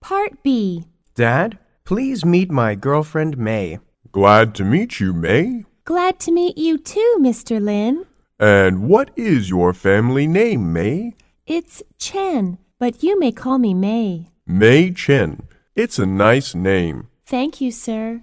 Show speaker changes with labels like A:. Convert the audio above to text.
A: Part B.
B: Dad, please meet my girlfriend May.
C: Glad to meet you, May.
A: Glad to meet you too, Mr. Lin.
C: And what is your family name, May?
A: It's Chen, but you may call me May.
C: May Chen. It's a nice name.
A: Thank you, sir.